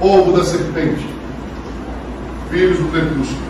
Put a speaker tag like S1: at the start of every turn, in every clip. S1: ovo da serpente, filhos do crepúsculo,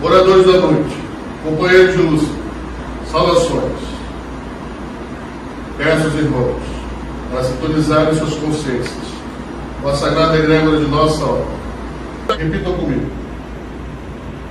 S1: moradores da noite, companheiros de luz, saudações. Peço aos irmãos para sintonizarem suas consciências com a sagrada egrégora de nossa obra. Repitam comigo.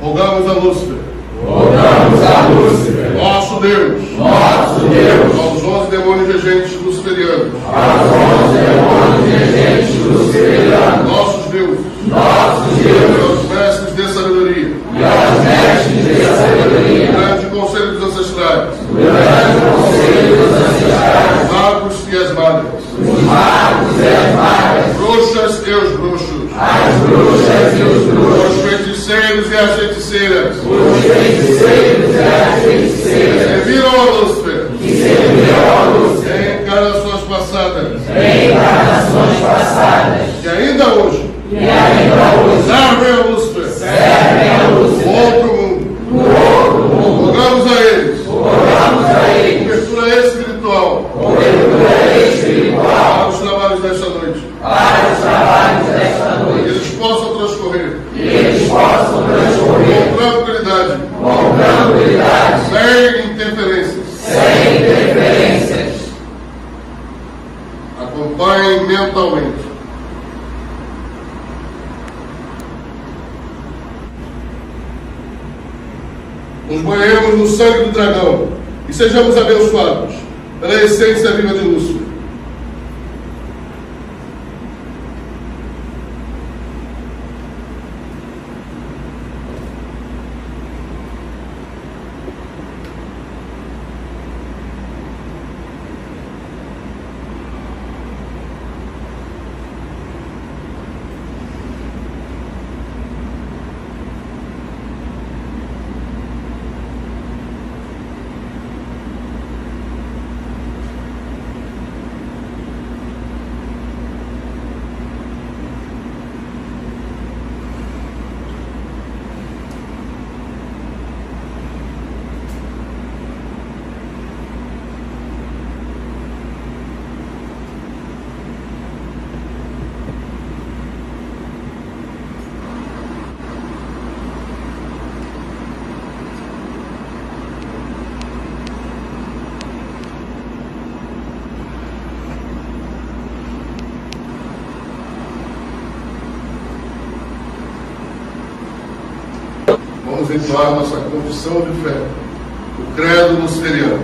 S1: Rogamos a Lúcifer,
S2: Rogamos a Lúcifer,
S1: nosso Deus,
S2: nosso Deus,
S1: aos onze demônios regentes luciferianos,
S2: aos onze demônios regentes luciferianos,
S1: nossos deuses,
S2: nossos deuses
S1: e aos mestres de sabedoria,
S2: e aos mestres de sabedoria,
S1: grande conselho dos ancestrais,
S2: durante o conselho dos ancestrais,
S1: magos e as magas,
S2: os magos e as magas,
S1: bruxas e os bruxos,
S2: as bruxas e os bruxos,
S1: os feiticeiros e as feiticeiras,
S2: os feiticeiros e as feiticeiras,
S1: serviram a Lúcifer
S2: que serviram a luz
S1: em encarnações passadas,
S2: em encarnações passadas,
S1: que ainda hoje
S2: e ainda hoje
S1: servem a Lúcifer,
S2: servem a luz
S1: no outro mundo.
S2: do outro mundo.
S1: Rogamos a eles,
S2: Oramos a eles,
S1: cobertura espiritual,
S2: cobertura espiritual
S1: para os trabalhos desta noite,
S2: para os trabalhos desta
S1: que
S2: noite,
S1: eles possam transcorrer
S2: que eles possam transcorrer
S1: com tranquilidade,
S2: com tranquilidade,
S1: sem interferências.
S2: sem interferências.
S1: Acompanhem mentalmente. Nos banhemos no sangue do dragão e sejamos abençoados pela essência viva de Lúcifer. Vamos entoar nossa confissão de fé, o credo luciferiano.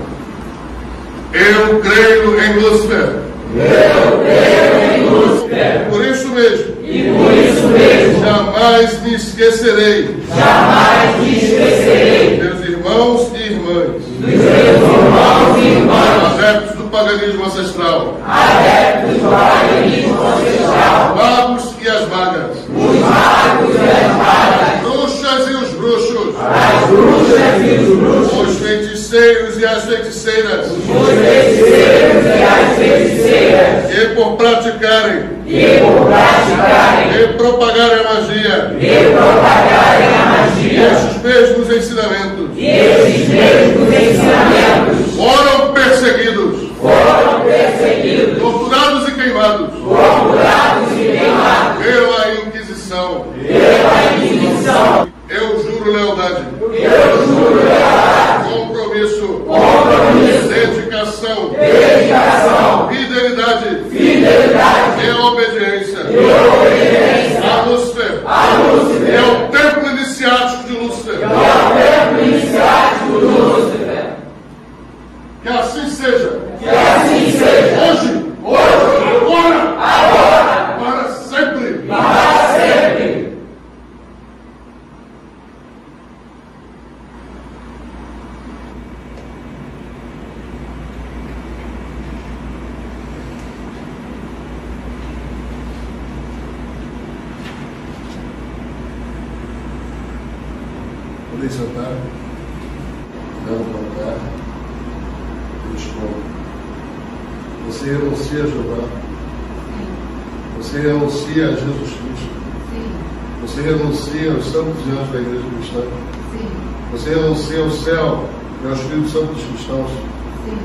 S1: Eu creio em Lúcifer.
S2: Eu creio em Lúcifer
S1: Por isso mesmo,
S2: e por isso mesmo
S1: jamais me esquecerei,
S2: jamais me esquecerei
S1: meus irmãos e irmãs,
S2: dos meus irmãos e irmãs,
S1: adeptos do paganismo ancestral,
S2: adeptos do paganismo ancestral,
S1: magos e as magas,
S2: os magos e as magas,
S1: bruxas e os bruxos,
S2: as bruxas e os bruxos,
S1: os feiticeiros e as feiticeiras,
S2: os feiticeiros e as feiticeiras.
S1: que por praticarem
S2: e por praticarem
S1: e propagarem a magia,
S2: e propagarem a magia
S1: esses mesmos ensinamentos,
S2: e esses mesmos ensinamentos
S1: foram perseguidos.
S2: foram perseguidos,
S1: torturados e queimados
S2: torturados e queimados
S1: pela Inquisição.
S2: pela Inquisição.
S1: Eu juro lealdade,
S2: Eu juro lealdade,
S1: compromisso,
S2: compromisso,
S1: dedicação,
S2: dedicação,
S1: fidelidade
S2: fidelidade
S1: e obediência
S2: e obediência
S1: a Lúcifer
S2: a
S1: e
S2: Lúcifer
S1: ao templo iniciático de Lúcifer.
S2: e ao tempo iniciático do Lúcifer.
S1: Que assim seja,
S2: Que assim seja,
S1: hoje,
S2: hoje,
S1: agora,
S2: agora,
S1: para sempre.
S2: para sempre.
S1: Podem sentar, levantar, respondam. Você renuncia a Jeová, você renuncia a Jesus Cristo.
S3: Sim,
S1: Você renuncia aos santos e anjos da igreja cristã.
S3: sim,
S1: Você renuncia ao céu e ao Espírito Santo dos cristãos.
S3: sim,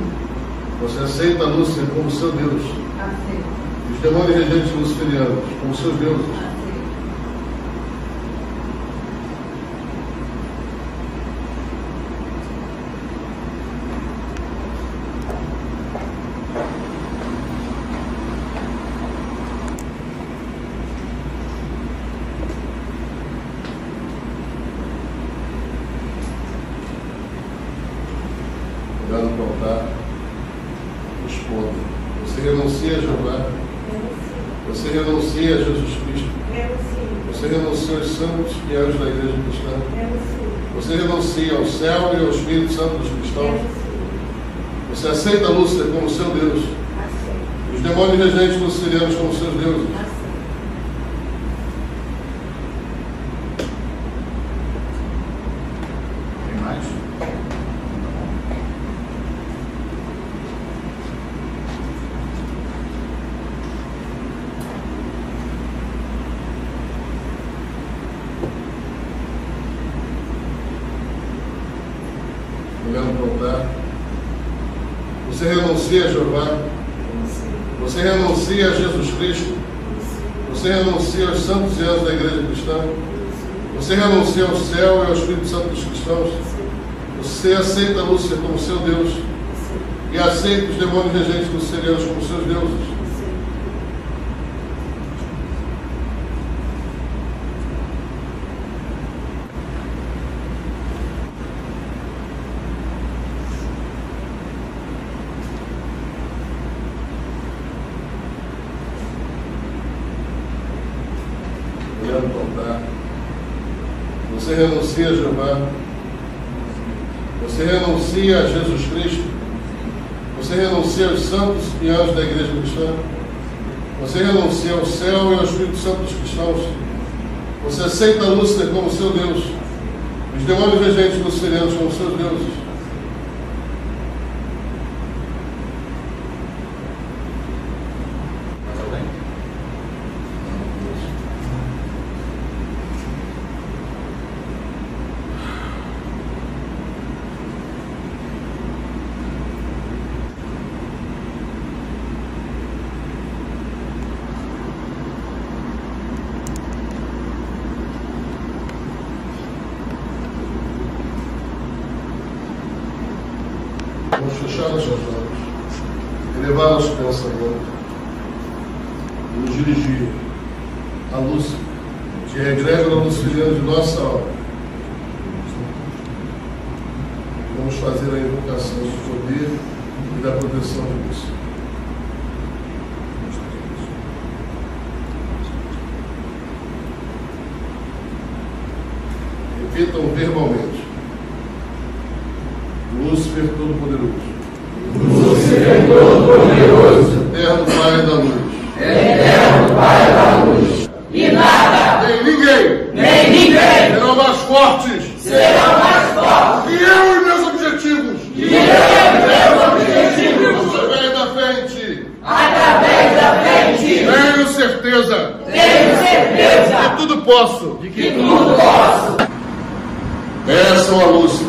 S1: Você aceita a Lúcifer como seu Deus
S3: aceito,
S1: e Chamou-lhe regentes luciferianos, como seus deuses. olhando para o altar, responda. Você renuncia a Jeová, você renuncia a Jesus Cristo, você renuncia aos santos fiéis da igreja cristã, você renuncia ao céu e ao Espírito Santo dos cristãos, você aceita Lúcifer como seu Deus, os demônios regentes luciferianos como seus deuses.
S3: Tem mais?
S1: olhando para o altar. Você renuncia a Jeová, você renuncia a Jesus Cristo, você renuncia aos santos e anjos da igreja cristã, você renuncia ao céu e ao Espírito Santo dos cristãos, você aceita Lúcifer como seu Deus e aceita os demônios regentes luciferianos como seus deuses. olhando para o altar. né? Você renuncia a Jeová. Você renuncia a Jesus Cristo. Você renuncia aos santos e anjos da igreja cristã. Você renuncia ao céu e ao Espírito Santo dos cristãos. Você aceita Lúcifer como seu Deus. Os demônios regentes luciferianos como seus deuses.
S3: Mais alguém?
S1: Vamos fechar os seus olhos, elevar os pensamentos e nos dirigir à luz, que é a egrégora luciferiana de nossa alma. Vamos fazer a invocação do poder e da proteção de Deus. Repitam verbalmente. Lúcifer Todo-Poderoso.
S2: Lúcifer Todo-Poderoso,
S1: Eterno Pai da Luz.
S2: eterno É Pai da luz, e nada,
S1: Tem ninguém!
S2: nem ninguém,
S1: Serão mais fortes
S2: serão mais fortes
S1: que eu e meus objetivos!
S2: que eu e meus objetivos.
S1: Através da frente!
S2: Através da frente,
S1: Tenho certeza
S2: tenho certeza
S1: que tudo posso! De
S2: que tudo posso.
S1: Peçam a Lúcia.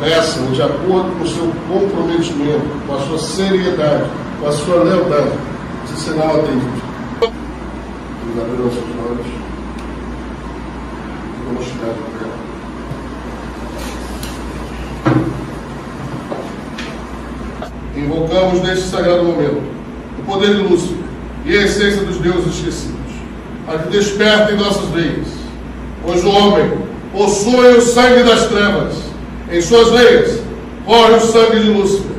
S1: Peçam de acordo com o seu comprometimento, com a sua seriedade, com a sua lealdade. Esse sinal atendido. Vamos abrir nossos olhos. Vamos ficar de pé. Invocamos neste sagrado momento o poder de Lúcifer e a essência dos deuses esquecidos, para que despertem nossas veias pois o homem possui o sangue das trevas. Em suas veias corre o sangue de Lúcifer,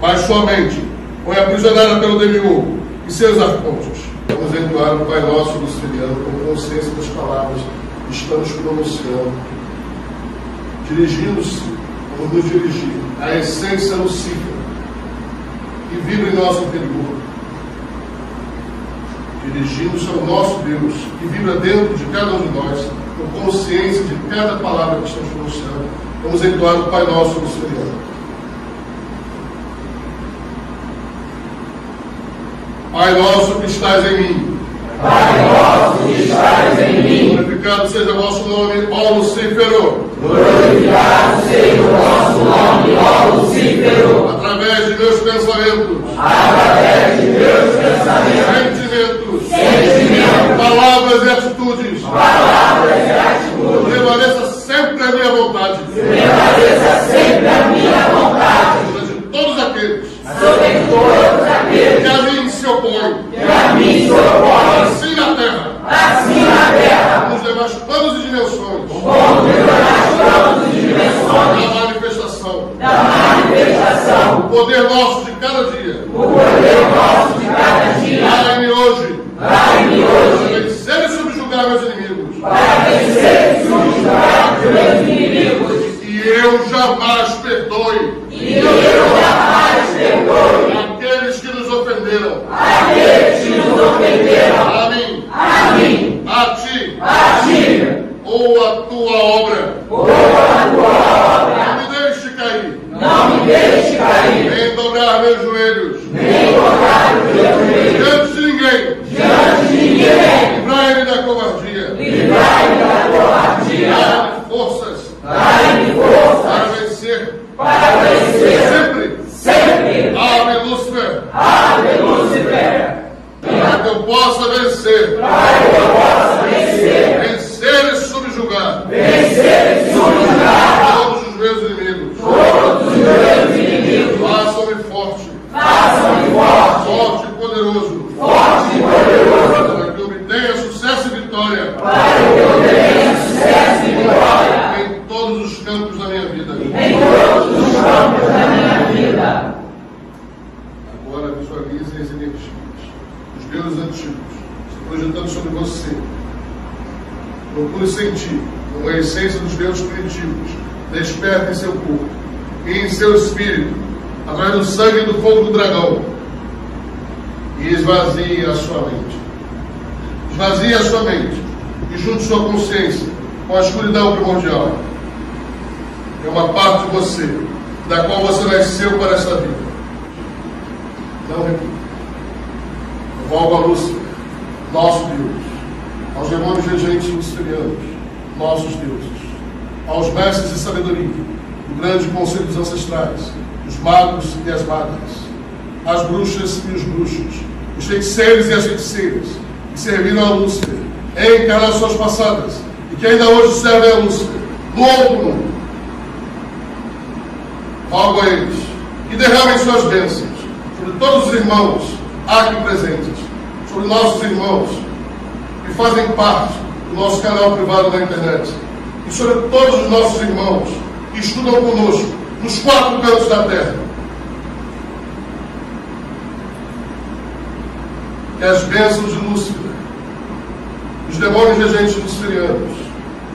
S1: mas somente foi aprisionada pelo demiurgo e seus arcontes. Vamos entoar o Pai Nosso Luciferiano com consciência das palavras que estamos pronunciando, dirigindo-se, vamos nos dirigir à essência lucífera que vibra em nosso interior dirigindo-se ao nosso Deus, que vibra dentro de cada um de nós, com consciência de cada palavra que estamos pronunciando. Vamos entoar o Pai Nosso no Senhor. Pai nosso que estás em mim,
S2: Pai nosso que estás em mim,
S1: glorificado seja o vosso nome, ó Lucífero,
S2: glorificado seja o vosso nome, ó Lucífero,
S1: através de meus pensamentos,
S2: através de meus prevaleça sempre a minha vontade,
S1: sobre todos aqueles
S2: sobre todos aqueles
S1: que a mim se opõem,
S2: que a mim se opõem,
S1: assim na terra,
S2: assim na terra,
S1: nos demais planos e dimensões
S2: como nas planos e dimensões
S1: da manifestação.
S2: da manifestação,
S1: O poder nosso de cada dia,
S2: o poder nosso de cada dia,
S1: dai-me hoje,
S2: dai-me hoje
S1: para vencer e subjugar meus inimigos.
S2: para vencer e subjugar os meus inimigos,
S1: E eu jamais perdoe
S2: e eu jamais perdoe
S1: aqueles que nos ofenderam,
S2: aqueles que nos ofenderam,
S1: a mim,
S2: a mim,
S1: a ti
S2: a ti,
S1: ou a tua obra.
S2: ou a tua obra.
S1: Não me deixe cair,
S2: Não me deixe cair,
S1: nem dobrar meus joelhos,
S2: nem tocar os teus joelhos
S1: diante de ninguém,
S2: diante de ninguém.
S1: livrai-me da covardia.
S2: Livrai-me da covardia,
S1: Dá-me forças
S2: dai-me força
S1: para vencer
S2: para vencer
S1: sempre.
S2: sempre.
S1: Ave Lúcifer,
S2: Ave Lúcifer,
S1: para que eu possa vencer,
S2: para que eu possa vencer,
S1: vencer e subjugar
S2: vencer e subjugar
S1: todos os meus inimigos.
S2: todos os meus inimigos.
S1: Faça-me forte,
S2: Faça-me forte,
S1: forte e poderoso,
S2: forte e poderoso,
S1: para que eu obtenha sucesso e vitória
S2: para que eu tenha sucesso e vitória
S1: em todos os campos da minha vida.
S2: em todos os campos da minha vida.
S1: Agora visualizem as energias, os deuses antigos, se projetando sobre você. Procure sentir como a essência dos deuses primitivos desperta em seu corpo e em seu espírito, através do sangue e do fogo do dragão, e esvazie a sua mente. Esvazie a sua mente e junte sua consciência com a escuridão primordial. É uma parte de você, da qual você nasceu para esta vida. Não repito. Volta a luz, nosso Deus. Aos demônios regentes luciferianos, nossos deuses. Aos mestres de sabedoria, do grande conselho dos ancestrais, os magos e as magas, as bruxas e os bruxos, os feiticeiros e as feiticeiras, que serviram a Lúcifer em encarnações passadas e que ainda hoje servem a Lúcifer, no outro mundo rogo a eles que derramem suas bênçãos sobre todos os irmãos aqui presentes, sobre nossos irmãos que fazem parte do nosso canal privado na internet, e sobre todos os nossos irmãos que estudam conosco nos quatro cantos da terra. Que as bênçãos de Lúcifer, dos demônios regentes luciferianos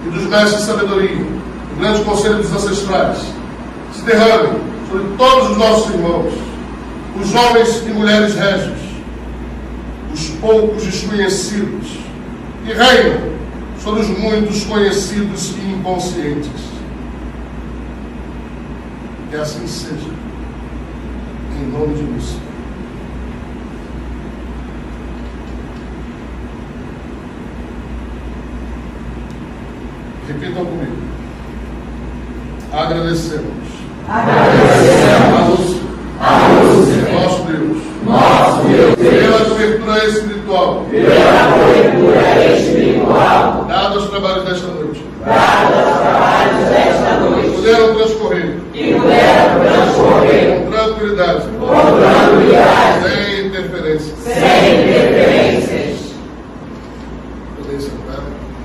S1: e dos mestres de sabedoria, do grande conselho dos ancestrais, se derrame sobre todos os nossos irmãos, os homens e mulheres régios, os poucos desconhecidos, e reinam sobre os muitos conhecidos e inconscientes. Que assim seja, em nome de Lúcifer. Repitam comigo. Agradecemos. A
S2: Agradecemos
S1: luz,
S2: a Lúcifer,
S1: nosso Deus,
S2: nosso Deus,
S1: pela cobertura espiritual
S2: pela cobertura espiritual
S1: dada aos trabalhos desta noite,
S2: dada aos trabalhos desta noite,
S1: puderam transcorrer
S2: que puderam transcorrer
S1: com tranquilidade,
S2: com tranquilidade,
S1: sem interferência.
S2: sem interferências.
S1: Podem sentar.